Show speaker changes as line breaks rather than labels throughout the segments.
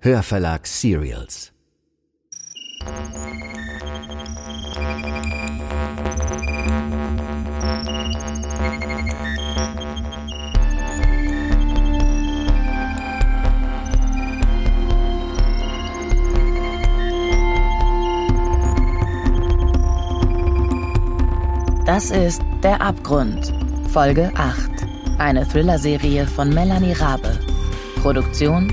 Hörverlag Serials.
Das ist Der Abgrund, Folge 8. Eine Thriller-Serie von Melanie Rabe. Produktion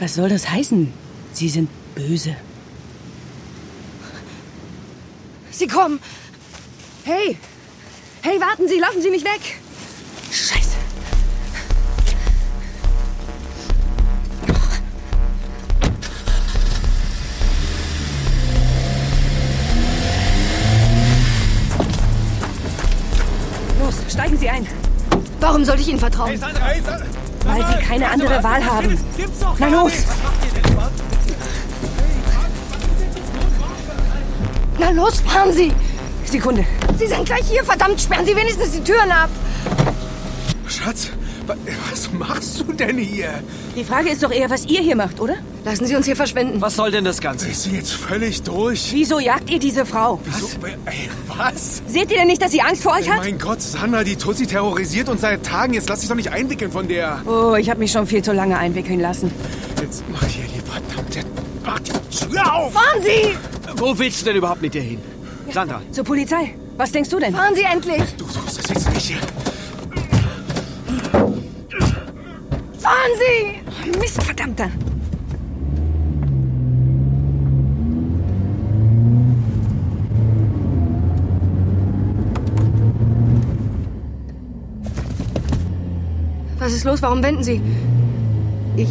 Was soll das heißen? Sie sind böse.
Sie kommen! Hey! Hey, warten Sie! Laufen Sie nicht weg!
Scheiße. Los, steigen Sie ein,
Warum sollte ich Ihnen vertrauen?
Sandra, hey, Sandra.
weil Sie keine andere Wahl haben.
Gibt's doch
Na
gar
los!
nicht. Was macht ihr denn?
Na
Was?
los, fahren Sie!
Sekunde.
Sie sind gleich hier, verdammt! Sperren Sie wenigstens die Türen ab!
Schatz, wa- was machst du denn hier?
Die Frage ist doch eher, was ihr hier macht, oder?
Lassen Sie uns hier verschwinden.
Was soll denn das Ganze?
Ist sie jetzt völlig durch?
Wieso jagt ihr diese Frau?
Wieso? Ey, was? Oh
Seht ihr denn nicht, dass sie Angst vor euch hat?
Mein Gott, Sandra, die Tussi terrorisiert uns seit Tagen. Jetzt lass dich doch nicht einwickeln von der.
Oh, ich habe mich schon viel zu lange einwickeln lassen.
Jetzt mach hier die verdammte. Mach die Tür auf!
Fahren Sie!
Wo willst du denn überhaupt mit dir hin? Sandra,
Zur Polizei. Was denkst du denn?
Fahren Sie endlich!
Du suchst das jetzt nicht hier.
Fahren Sie!
Mist, verdammter.
Was ist los? Warum wenden Sie?
Ich,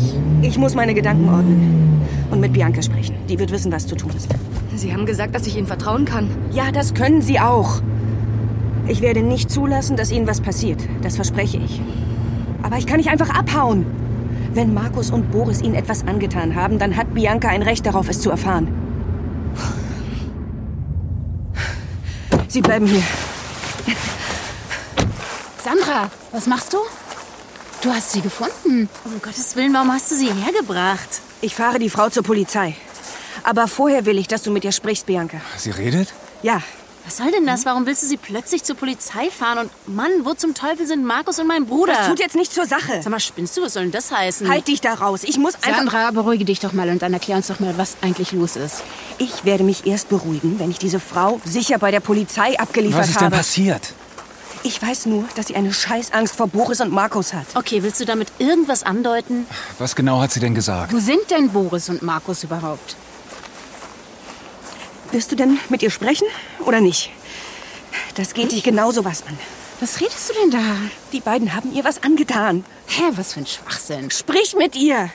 ich muss meine Gedanken ordnen und mit Bianca sprechen. Die wird wissen, was zu tun ist.
Sie haben gesagt, dass ich Ihnen vertrauen kann.
Ja, das können Sie auch. Ich werde nicht zulassen, dass Ihnen was passiert. Das verspreche ich. Aber ich kann nicht einfach abhauen. Wenn Markus und Boris Ihnen etwas angetan haben, dann hat Bianca ein Recht darauf, es zu erfahren. Sie bleiben hier.
Sandra, was machst du? Du hast sie gefunden. Um Gottes Willen, warum hast du sie hergebracht?
Ich fahre die Frau zur Polizei. Aber vorher will ich, dass du mit ihr sprichst, Bianca.
Sie redet?
Ja,
Was soll denn das? Warum willst du sie plötzlich zur Polizei fahren? Und Mann, wo zum Teufel sind Markus und mein Bruder?
das tut jetzt nicht zur Sache.
Sag mal, spinnst du? Was soll denn das heißen?
Halt dich da raus. Ich muss einfach...
Sandra, beruhige dich doch mal und dann erklär uns doch mal, was eigentlich los ist.
Ich werde mich erst beruhigen, wenn ich diese Frau sicher bei der Polizei abgeliefert
was ist denn
habe.
passiert?
Ich weiß nur, dass sie eine Scheißangst vor Boris und Markus hat.
Okay, willst du damit irgendwas andeuten?
Was genau hat sie denn gesagt?
Wo sind denn Boris und Markus überhaupt?
Wirst du denn mit ihr sprechen oder nicht? Das geht dich genauso was an.
Was redest du denn da?
Die beiden haben ihr was angetan.
Hä, was für ein Schwachsinn.
Sprich mit ihr.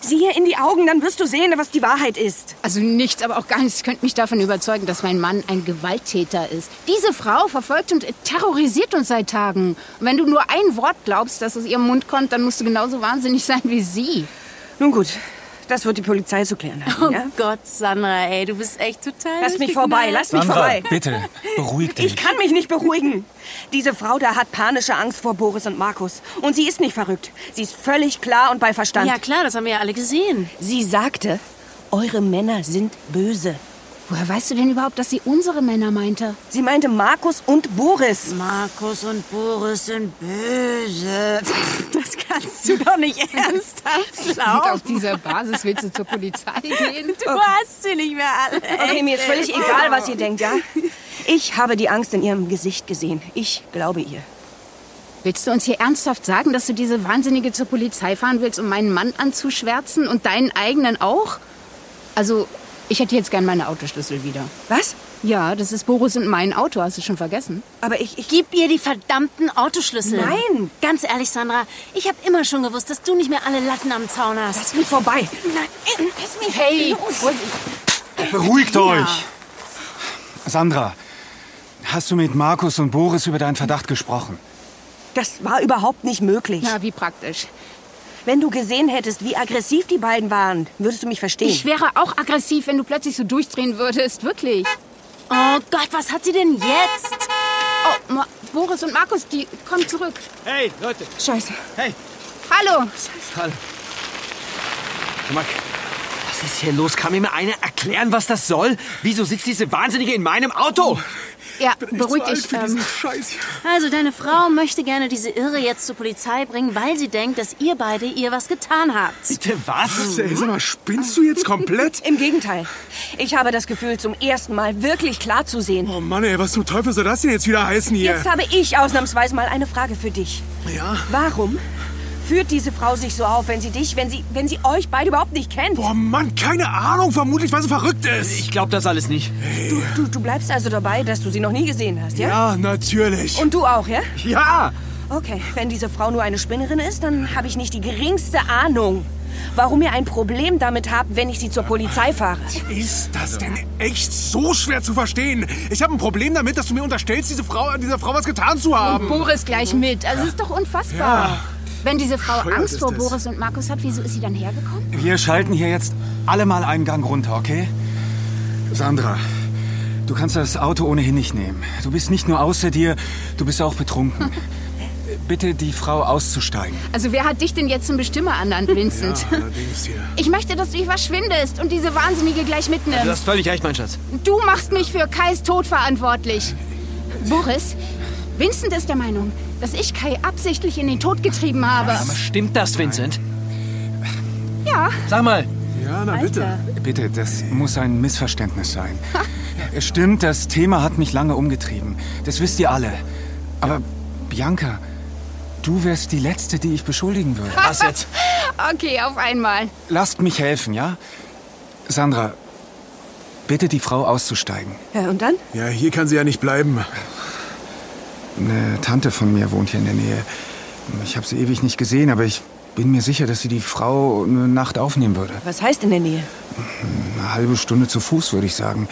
Sieh ihr in die Augen, dann wirst du sehen, was die Wahrheit ist.
Also nichts, aber auch gar nichts könnte mich davon überzeugen, dass mein Mann ein Gewalttäter ist. Diese Frau verfolgt und terrorisiert uns seit Tagen. Und wenn du nur ein Wort glaubst, das aus ihrem Mund kommt, dann musst du genauso wahnsinnig sein wie sie.
Nun gut, das wird die Polizei zu klären
Oh
haben. ja?
Oh Gott, Sandra, ey, du bist echt total.
Lass mich vorbei, lass mich vorbei.
bitte, beruhig
Ich kann mich nicht beruhigen. Diese Frau da hat panische Angst vor Boris und Markus. Und sie ist nicht verrückt. Sie ist völlig klar und bei Verstand.
Ja, klar, das haben wir ja alle gesehen.
Sie sagte, eure Männer sind böse.
Woher weißt du denn überhaupt, dass sie unsere Männer meinte?
Sie meinte Markus und Boris.
Markus und Boris sind böse.
Das kannst du doch nicht ernsthaft
Und auf dieser Basis willst du zur Polizei gehen?
Du hast sie nicht mehr alle.
Okay, mir ist völlig
Oh.
egal, was ihr denkt, ja? Ich habe die Angst in ihrem Gesicht gesehen. Ich glaube ihr.
Willst du uns hier ernsthaft sagen, dass du diese Wahnsinnige zur Polizei fahren willst, um meinen Mann anzuschwärzen und deinen eigenen auch? Also, ich hätte jetzt gern meine Autoschlüssel wieder.
Was?
Ja, das ist Boris und mein Auto, hast du schon vergessen?
Aber ich, ich
Gib ihr die verdammten Autoschlüssel.
Nein.
Ganz ehrlich, Sandra, ich habe immer schon gewusst, dass du nicht mehr alle Latten am Zaun hast.
lass mich vorbei.
Nein, lass mich hey.
Beruhigt euch! Sandra, hast du mit Markus und Boris über deinen Verdacht gesprochen?
Das war überhaupt nicht möglich.
Na, wie praktisch.
Wenn du gesehen hättest, wie aggressiv die beiden waren, würdest du mich verstehen.
Ich wäre auch aggressiv, wenn du plötzlich so durchdrehen würdest, wirklich.
Oh Gott, was hat sie denn jetzt?
Oh, Ma Boris und Markus, die kommen zurück.
Hey, Leute!
Scheiße.
Hallo.
Hallo. Mark, was ist hier los? Kann mir mal einer erklären, was das soll? Wieso sitzt diese Wahnsinnige in meinem Auto?
Ja,
Bin echt
beruhig
zu alt
dich.
für diesen
Ähm,
Scheiß hier.
Also, deine Frau möchte gerne diese Irre jetzt zur Polizei bringen, weil sie denkt, dass ihr beide ihr was getan habt.
Bitte was?
Ey, sag mal, spinnst du jetzt komplett?
Im Gegenteil. Ich habe das Gefühl, zum ersten Mal wirklich klar zu sehen.
Oh Mann, ey, was zum Teufel soll das denn jetzt wieder heißen hier?
Jetzt habe ich ausnahmsweise mal eine Frage für dich.
Ja?
Warum führt diese Frau sich so auf, wenn sie dich, wenn sie, wenn sie euch beide überhaupt nicht kennt?
Boah, Oh Mann, keine Ahnung, vermutlich, weil sie verrückt ist.
Ich glaube das alles nicht.
Du, du, du bleibst also dabei, dass du sie noch nie gesehen hast, ja?
ja, natürlich.
Und du auch, ja?
Ja!
Okay, wenn diese Frau nur eine Spinnerin ist, dann habe ich nicht die geringste Ahnung, warum ihr ein Problem damit habt, wenn ich sie zur Polizei fahre.
Ist das denn echt so schwer zu verstehen? Ich habe ein Problem damit, dass du mir unterstellst, diese Frau, dieser Frau was getan zu haben.
Oh,
Boris gleich mit. Also, es ist doch unfassbar. Wenn diese Frau
Bescheuert
Angst
ist
vor
das.
Boris und Markus hat, wieso ist sie dann hergekommen?
Wir schalten hier jetzt alle mal einen Gang runter, okay? Sandra, du kannst das Auto ohnehin nicht nehmen. Du bist nicht nur außer dir, du bist auch betrunken. Bitte die Frau auszusteigen.
Also wer hat dich denn jetzt zum Bestimmer ernannt, Vincent?
Allerdings hier.
Ich möchte, dass du dich verschwindest und diese Wahnsinnige gleich mitnimmst.
hast völlig recht, mein Schatz.
Du machst mich für Kais Tod verantwortlich. Boris, Vincent ist der Meinung, dass ich Kai absichtlich in den Tod getrieben habe.
Stimmt das, Vincent?
Ja,
Sag mal.
Ja, na bitte.
Bitte, das muss ein Missverständnis sein. Es stimmt, das Thema hat mich lange umgetrieben. Das wisst ihr alle. Aber Bianca, du wärst die Letzte, die ich beschuldigen würde. Was jetzt?
okay, auf einmal.
Lasst mich helfen, ja? Sandra, bitte die Frau auszusteigen.
Ja, und dann?
Ja, hier kann sie ja nicht bleiben.
Eine Tante von mir wohnt hier in der Nähe. Ich habe sie ewig nicht gesehen, aber ich bin mir sicher, dass sie die Frau eine Nacht aufnehmen würde.
Was heißt in der Nähe?
Eine halbe Stunde zu Fuß, würde ich sagen.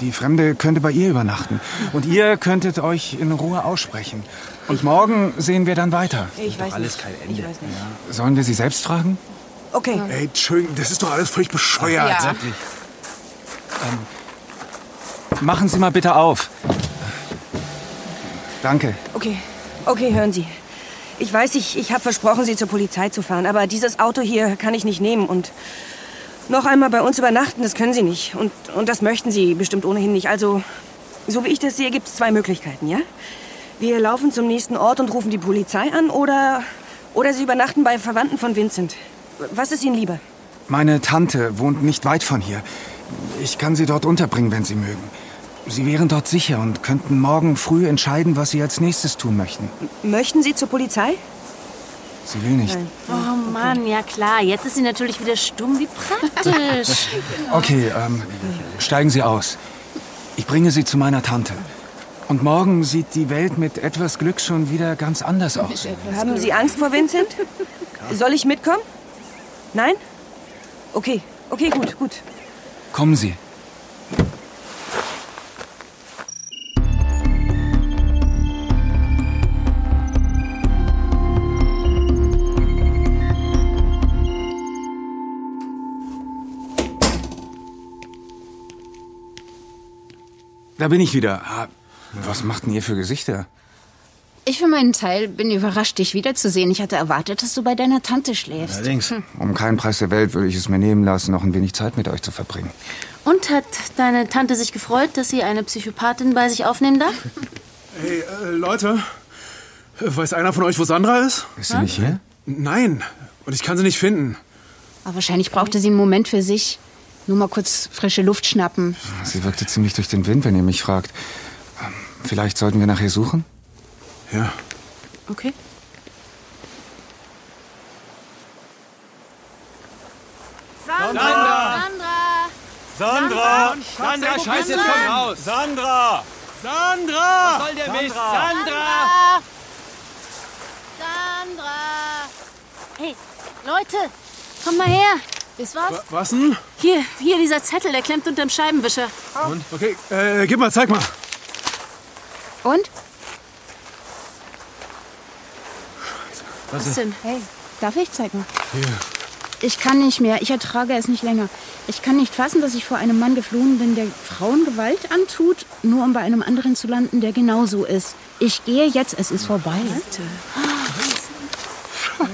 Die Fremde könnte bei ihr übernachten. Und ihr könntet euch in Ruhe aussprechen. Und morgen sehen wir dann weiter.
Ich weiß alles nicht. Kein Ende. Ich weiß nicht.
Sollen wir sie selbst fragen?
Okay.
Ey, Entschuldigung, das ist doch alles völlig bescheuert.
Ja.
Machen Sie mal bitte auf. Danke.
Okay, okay, hören Sie. Ich weiß, ich, ich habe versprochen, Sie zur Polizei zu fahren, aber dieses Auto hier kann ich nicht nehmen und noch einmal bei uns übernachten, das können Sie nicht. Und, und das möchten Sie bestimmt ohnehin nicht. Also, so wie ich das sehe, gibt es zwei Möglichkeiten, ja? Wir laufen zum nächsten Ort und rufen die Polizei an oder, oder Sie übernachten bei Verwandten von Vincent. Was ist Ihnen lieber?
Meine Tante wohnt nicht weit von hier. Ich kann sie dort unterbringen, wenn Sie mögen. Sie wären dort sicher und könnten morgen früh entscheiden, was Sie als nächstes tun möchten.
Möchten Sie zur Polizei?
Sie will nicht.
Oh Mann, ja klar, jetzt ist sie natürlich wieder stumm, wie praktisch.
Okay, ähm, steigen Sie aus. Ich bringe Sie zu meiner Tante. Und morgen sieht die Welt mit etwas Glück schon wieder ganz anders aus.
Haben Sie Angst vor Vincent? Soll ich mitkommen? Nein? Okay, okay, gut, gut.
Kommen Sie. Da bin ich wieder. Ah, Was macht denn ihr für Gesichter?
Ich für meinen Teil bin überrascht, dich wiederzusehen. Ich hatte erwartet, dass du bei deiner Tante schläfst.
Allerdings. Um keinen Preis der Welt würde ich es mir nehmen lassen, noch ein wenig Zeit mit euch zu verbringen.
Und hat deine Tante sich gefreut, dass sie eine Psychopathin bei sich aufnehmen darf?
Ey, äh, Leute, weiß einer von euch, wo Sandra ist?
Ist sie nicht hier?
Nein, und ich kann sie nicht finden.
Aber wahrscheinlich brauchte sie einen Moment für sich. Nur mal kurz frische Luft schnappen.
Sie wirkte ziemlich durch den Wind, wenn ihr mich fragt. Ähm, Vielleicht sollten wir nach ihr suchen?
Ja,
Okay.
Sandra!
Sandra!
Sandra!
Sandra, scheiß jetzt
Sandra!
komm raus!
Sandra!
Sandra! Was soll der
Sandra!
Mist? Sandra!
Sandra! Sandra! Hey, Leute, komm mal her. Das war's.
Äh, Was denn?
Hier, hier, dieser Zettel, der klemmt unterm Scheibenwischer.
Und? Okay, äh, gib mal, zeig mal.
Und?
Was ist-
denn? Hey, darf ich zeigen?
Hier.
Ich kann nicht mehr. Ich ertrage es nicht länger. Ich kann nicht fassen, dass ich vor einem Mann geflohen bin, der Frauen Gewalt antut, nur um bei einem anderen zu landen, der genauso ist. Ich gehe jetzt. Es ist vorbei.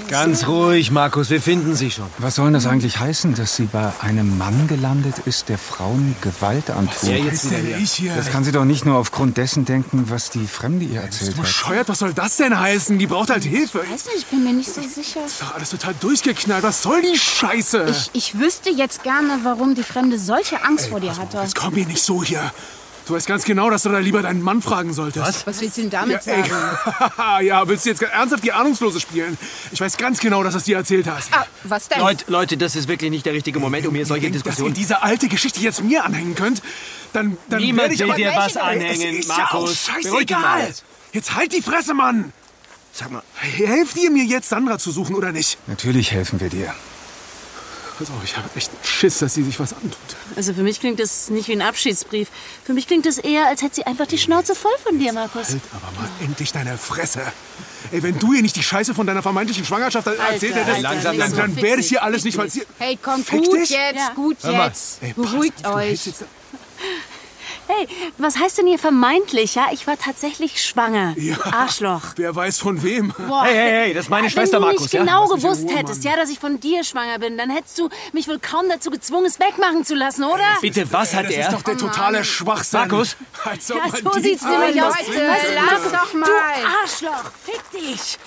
Ganz ruhig, Markus, wir finden sie schon.
Was soll denn das eigentlich heißen, dass sie bei einem Mann gelandet ist, der Frauen Gewalt antut?
der jetzt wieder hier?
Ich hier.
Das kann sie doch nicht nur aufgrund dessen denken, was die Fremde ihr erzählt hat.
Bescheuert, was soll das denn heißen? Die braucht halt Hilfe.
Weiß nicht, ich bin mir nicht so sicher.
Doch, alles total durchgeknallt. Was soll die Scheiße?
Ich, ich wüsste jetzt gerne, warum die Fremde solche Angst vor dir hatte.
Jetzt komm mir nicht so hier. Du weißt ganz genau, dass du da lieber deinen Mann fragen solltest. Was?
Was willst du denn damit
Ja, ey, ja, willst du jetzt ernsthaft die Ahnungslose spielen? Ich weiß ganz genau, dass du es dir erzählt hast.
Ah, was denn?
Leute, Leute, das ist wirklich nicht der richtige Moment, um hier solche
Dass ihr
Diskussionen...
diese alte Geschichte jetzt mir anhängen könnt, dann, dann
Niemand
werde ich
will
aber
dir was
es
anhängen,
ist
Markus.
Ja auch
Beruhig dich mal
scheißegal.
jetzt.
Jetzt halt die Fresse, Mann.
Sag mal,
Helft ihr mir jetzt, Sandra zu suchen oder nicht?
Natürlich helfen wir dir.
Pass auf, ich habe echt Schiss, dass sie sich was antut. Halt
Also für mich klingt das nicht wie ein Abschiedsbrief. Für mich klingt das eher, als hätte sie einfach die Schnauze voll von dir, Markus.
Halt aber mal endlich deine Fresse. Ey, wenn du ihr nicht die Scheiße von deiner vermeintlichen Schwangerschaft erzählt
Alter,
hättest,
Alter,
dann,
langsam,
dann wäre das hier alles nicht passiert.
Hey, komm,
Fick
gut
dich.
jetzt, gut
Hör mal.
jetzt.
Ey, pass
Beruhigt
auf, du hältst
euch.
jetzt-
Hey, was heißt denn hier vermeintlich, ja? Ich war tatsächlich schwanger.
Ja.
Arschloch.
Wer weiß von wem.
Boah.
Hey, hey, hey, das ist meine Schwester,
Wenn du
Markus,
nicht
ja?
genau
Lass mich in
gewusst
Ruhe,
hättest,
Mann.
ja, dass ich von dir schwanger bin, dann hättest du mich wohl kaum dazu gezwungen, es wegmachen zu lassen, oder?
bitte, was hat
das
er?
ist doch der totale Schwachsinn.
Markus?
Als ob
Oh Ja,
man
so
die
sieht's
Arme
nämlich aus.
Leute,
Weißt
lass doch mal.
Du Arschloch, fick dich.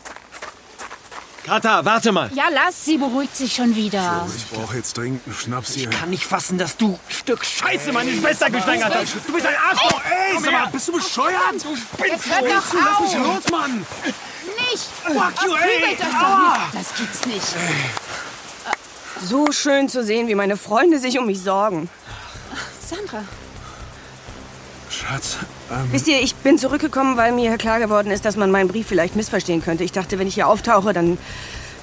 Kata, warte mal.
Ja, lass sie, beruhigt sich schon wieder.
Ich brauche jetzt dringend einen Schnaps hier.
Kann nicht fassen, dass du Stück Scheiße meine Schwester geschwängert hast. Du bist ein Arschloch.
Ey, sag mal, bist du bescheuert? Du spinnst
Jetzt hört
doch.
doch
Lass
auf.
mich los, Mann.
Nicht!
Fuck you, ey.
Prügelt euch doch nicht. Das gibt's nicht.
So schön zu sehen, wie meine Freunde sich um mich sorgen.
Sandra,
Schatz, ähm,
Wisst ihr, ich bin zurückgekommen, weil mir klar geworden ist, dass man meinen Brief vielleicht missverstehen könnte. Ich dachte, wenn ich hier auftauche, dann,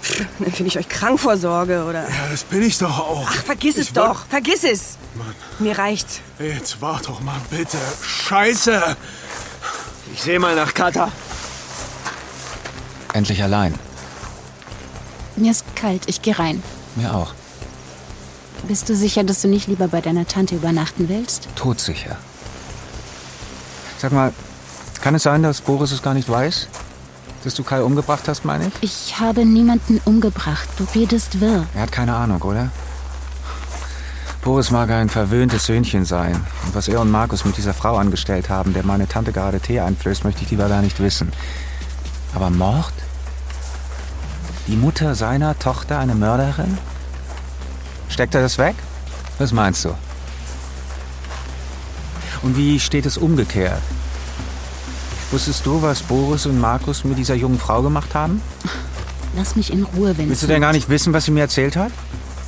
pff, dann finde ich euch krank vor Sorge oder...
ja, das bin ich doch auch.
Ach, vergiss es
Ich wollt-
doch. Vergiss es.
Mann,
Mir reicht's.
jetzt wart doch mal bitte. Scheiße.
Ich sehe mal nach Kata.
Endlich allein.
mir ist kalt. Ich gehe rein.
Mir auch.
Bist du sicher, dass du nicht lieber bei deiner Tante übernachten willst?
Todsicher. Sag mal, kann es sein, dass Boris es gar nicht weiß? Dass du Kai umgebracht hast, meine ich?
Ich habe niemanden umgebracht. Du redest wirr.
Er hat keine Ahnung, oder? Boris mag ein verwöhntes Söhnchen sein. Und was er und Markus mit dieser Frau angestellt haben, der meine Tante gerade Tee einflößt, möchte ich lieber gar nicht wissen. Aber Mord? Die Mutter seiner Tochter eine Mörderin? Steckt er das weg? Was meinst du? Und wie steht es umgekehrt? Wusstest du, was Boris und Markus mit dieser jungen Frau gemacht haben?
Lass mich in Ruhe,
Willst du
Vincent.
denn gar nicht wissen, was sie mir erzählt hat?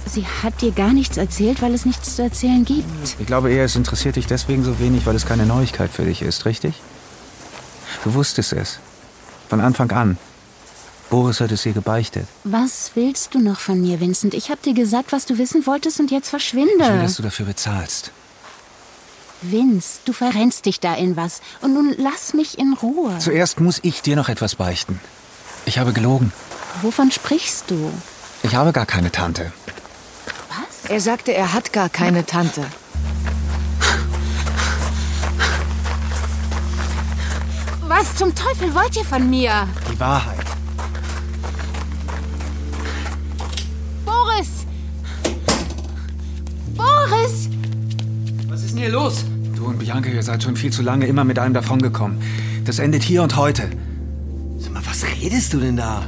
Sie hat dir gar nichts erzählt, weil es nichts zu erzählen gibt.
Ich glaube eher, es interessiert dich deswegen so wenig, weil es keine Neuigkeit für dich ist, richtig? Du wusstest es. Von Anfang an. Boris hat es ihr gebeichtet.
Was willst du noch von mir, Vincent? Ich habe dir gesagt, was du wissen wolltest und jetzt
Ich will,
verschwinde.
dass du dafür bezahlst.
Vince, du verrennst dich da in was. Und nun lass mich in Ruhe.
Zuerst muss ich dir noch etwas beichten. Ich habe gelogen.
Wovon sprichst du?
Ich habe gar keine Tante.
Was?
Er sagte, er hat gar keine Tante.
Was zum Teufel wollt ihr von mir?
Die Wahrheit.
Boris! Boris!
Was ist denn hier los?
Du und Bianca, ihr seid schon viel zu lange immer mit einem davongekommen. Das endet hier und heute.
Sag mal, was redest du denn da?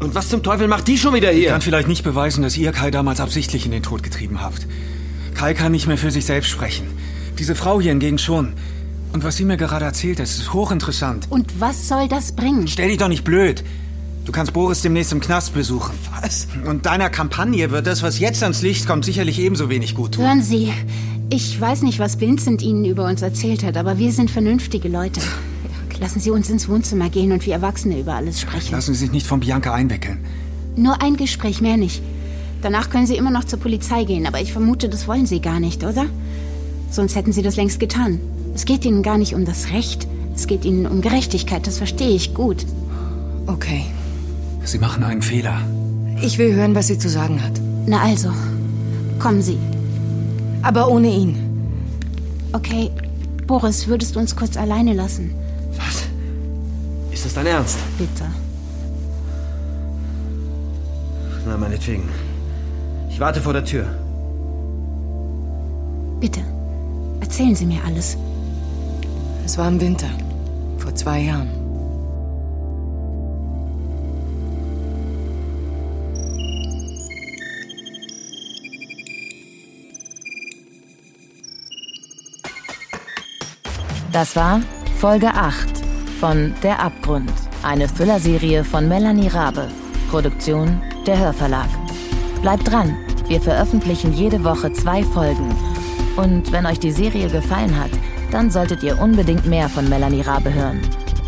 Und was zum Teufel macht die schon wieder hier?
Kann vielleicht nicht beweisen, dass ihr Kai damals absichtlich in den Tod getrieben habt. Kai kann nicht mehr für sich selbst sprechen. Diese Frau hier hingegen schon. Und was sie mir gerade erzählt hat, ist hochinteressant.
Und was soll das bringen?
Stell dich doch nicht blöd. Du kannst Boris demnächst im Knast besuchen. Was? Und deiner Kampagne wird das, was jetzt ans Licht kommt, sicherlich ebenso wenig gut tun.
Hören Sie, ich weiß nicht, was Vincent Ihnen über uns erzählt hat, aber wir sind vernünftige Leute. Lassen Sie uns ins Wohnzimmer gehen und wir Erwachsene über alles sprechen.
Lassen Sie sich nicht von Bianca einwickeln.
Nur ein Gespräch, mehr nicht. Danach können Sie immer noch zur Polizei gehen, aber ich vermute, das wollen Sie gar nicht, oder? Sonst hätten Sie das längst getan. Es geht Ihnen gar nicht um das Recht. Es geht Ihnen um Gerechtigkeit, das verstehe ich gut.
Okay.
Sie machen einen Fehler.
Ich will hören, was sie zu sagen hat.
Na also, kommen Sie.
Aber ohne ihn.
Okay, Boris, würdest du uns kurz alleine lassen?
Ist das dein Ernst?
Bitte.
Na, meinetwegen. Ich warte vor der Tür.
Bitte. Erzählen Sie mir alles.
Es war im Winter. Vor zwei Jahren.
Das war Folge 8 von Der Abgrund, eine Thriller-Serie von Melanie Rabe, Produktion der Hörverlag. Bleibt dran, wir veröffentlichen jede Woche zwei Folgen. Und wenn euch die Serie gefallen hat, dann solltet ihr unbedingt mehr von Melanie Rabe hören.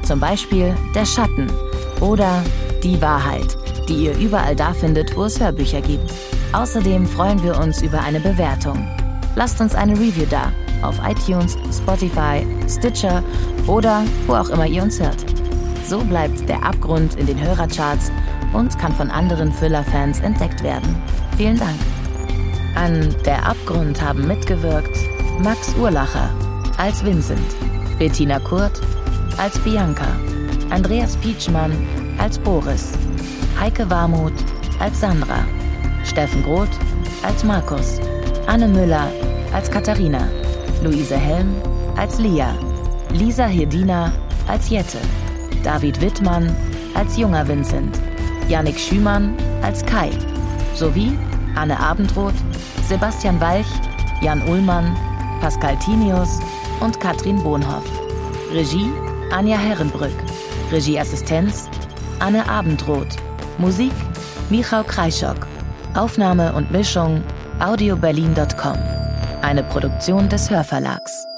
Zum Beispiel Der Schatten oder Die Wahrheit, die ihr überall da findet, wo es Hörbücher gibt. Außerdem freuen wir uns über eine Bewertung. Lasst uns eine Review da auf iTunes, Spotify, Stitcher oder wo auch immer ihr uns hört. So bleibt der Abgrund in den Hörercharts und kann von anderen Thriller-Fans entdeckt werden. Vielen Dank. An Der Abgrund haben mitgewirkt Max Urlacher als Vincent, Bettina Kurt als Bianca, Andreas Pietschmann als Boris, Heike Warmuth als Sandra, Steffen Groth als Markus, Anne Müller als Katharina, Luise Helm als Lia, Lisa Hirdina als Jette, David Wittmann als junger Vincent, Yannick Schümann als Kai, sowie Anne Abendroth, Sebastian Walch, Jan Ullmann, Pascal Tinius und Katrin Bohnhoff. Regie Anja Herrenbrück. Regieassistenz Anne Abendroth. Musik Michał Kreischock. Aufnahme und Mischung audioberlin.com. Eine Produktion des Hörverlags.